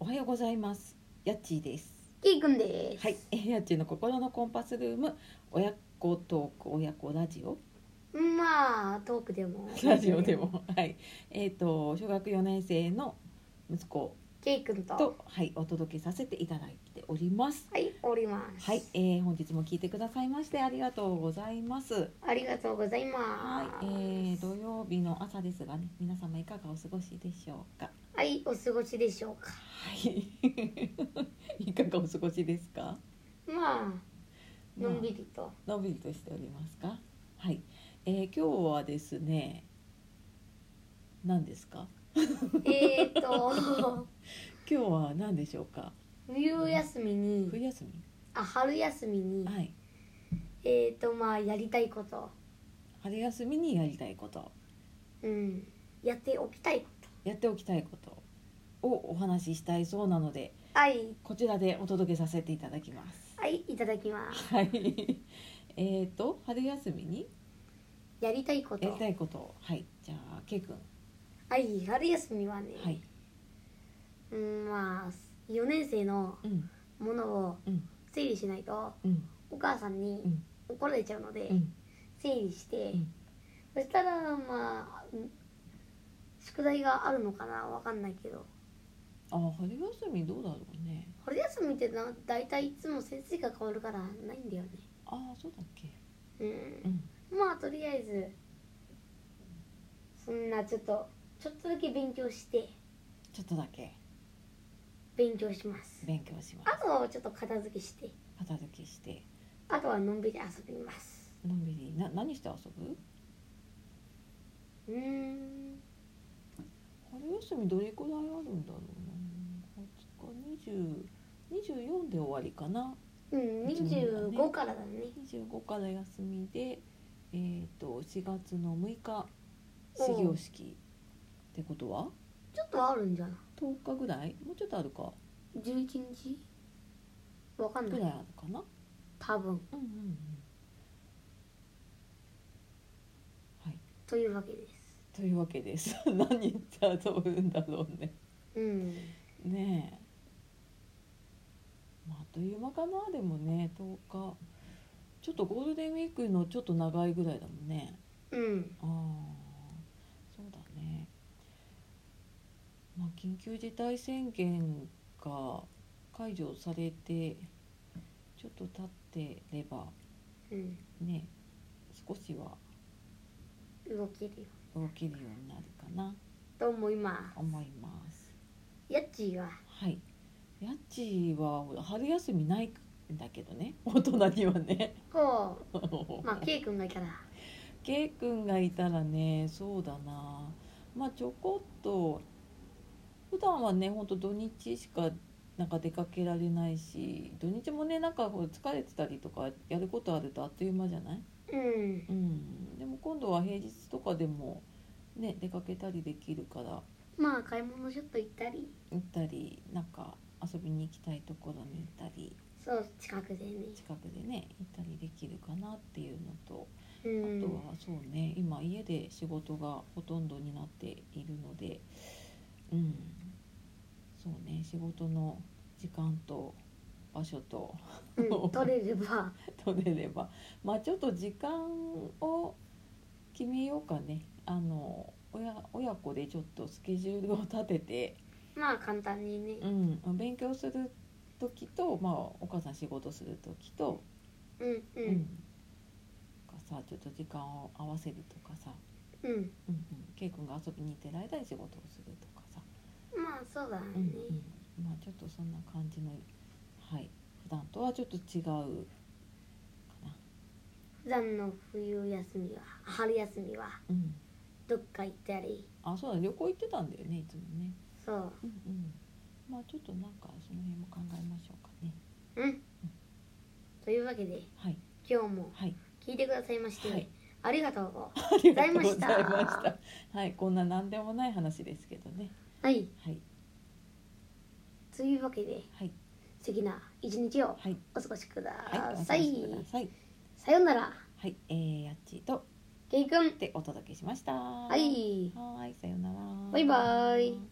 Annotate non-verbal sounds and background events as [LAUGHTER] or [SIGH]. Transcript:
はようございます。やっちーです。キーくんです。はい、 [LAUGHS] えーやっちーの心のコンパスルーム親子トーク親子ラジオまあ、トークでも。ラジオで。もはい。えっ、と小学4年生の息子キーくんと。とはいお届けさせていただいております。はい、おります。はい、えー本日も聞いてくださいましてありがとうございます。ありがとうございはます。い、えー、土曜日の朝ですがね、皆様いかがお過ごしでしょうか。はい、お過ごしでしょうか。はい、 [LAUGHS] いかがお過ごしですか。まあ、のんびりと。のんびりとしておりますか。はい、えー、今日はですね。何ですか。えっ [LAUGHS] と、今日は何でしょうか。冬休みに、冬休み。あ、春休みに、はい。えっと、まあ、やりたいこと。春休みにやりたいこと、うん、やっておきたいこやっておきたいこと。をお話ししたいそうなので、と。はい、こちらでお届けさせていただきます。はい、いただきます。はい。 [LAUGHS] えっと、春休みにやりたいこやりとた。いこと、はい、じゃあ、けいくん、はい、春休みはね、はい、うん、まあ、4年生のうん、ものをうん整理しないと、うん、お母さんにうん怒られちゃうので、うん、整理して、うんそしたらまあうん宿題があるのかなわかんないけどあー、春休みどうだろうね。春休みってな大体いつも先生が変わるからないんだよねああ、そうだっけ。ううんん、まあとりあえずそんなちょっとちょっとだけ勉強してちょっとだけ勉強します勉強しまあす。とはちょっと片付けして片付けして、あとはのんびり遊びますのんびり、な、何して遊ぶ。うーん春休みどれくらいあるんだろうな。二十日、二十、二十四で終わりかな。うんいつもだね25からだね二十五から休みで、えっ、と、四月の六日。始業式。ってことは。ちょっとはあるんじゃない十日ぐらい、もうちょっとあるか。 11日わかんなぐいらいあるかな。多分うんうんうん。はい。というわけですというわけです。 [LAUGHS] 何言って遊ぶんだろうね。うんねえ。まあ、あっという間かな、でもね、10日。ちょっとゴールデンウィークのちょっと長いぐらいだもんね。うんああ。そうだね。まあ、緊急事態宣言が解除されて。ちょっと経ってれば。うんね。少しは動けるよ動けるようになるかな。と思いま思います。すやっちーははい。やっちーはほら春休みないんだけどね。 [LAUGHS] 大人にはね。こ [LAUGHS] うまあ K 君がいたらけいくんがいたらね、そうだな。まあちょこっと普段はね、本当土日しかなんか出かけられないし、土日もねなんかこう疲れてたりとかやることあるとあっという間じゃない？うんうん。でも今度は平日とかでもね出かけたりできるから。まあ買い物ちょっと行ったり行ったりなんか遊びに行きたいところに行ったりそう近くでね近くでね行ったりできるかなっていうのと、うあとんはそうね今家で仕事がほとんどになっているのでうんそうね仕事の時間と場所と [LAUGHS] うん取れれば取れればまあちょっと時間を決めようかねあの親親子でちょっとスケジュールを立ててまあ簡単にうねん、勉強する時と、まあ、お母さん仕事する時と、うんううんかさちょっと時間を合わせるとかさ、うんうんうん、ケイ君が遊びに行ってる間に仕事をするとかさ、まあそうだねうんうんまあ、ちょっとそんな感じの、はい、普段とはちょっと違うかな、普段の冬休みは春休みはうん、どっか行ったりあそうだ旅行行ってたんだよねいつもね、そううんうん、まあちょっとなんかその辺も考えましょうかねうんというわけではい今日もはい聞いてくださいまして、はいありがとうありがとうございましたがとうございましたはいこんな何でもない話ですけどねはいはいというわけではい素敵な一日をはいお過ごしくだはい、おさい、待ちください。さようならはい、えー、やっちーとケイくんでお届けしました。は。いはーい、さようなら。バイバイ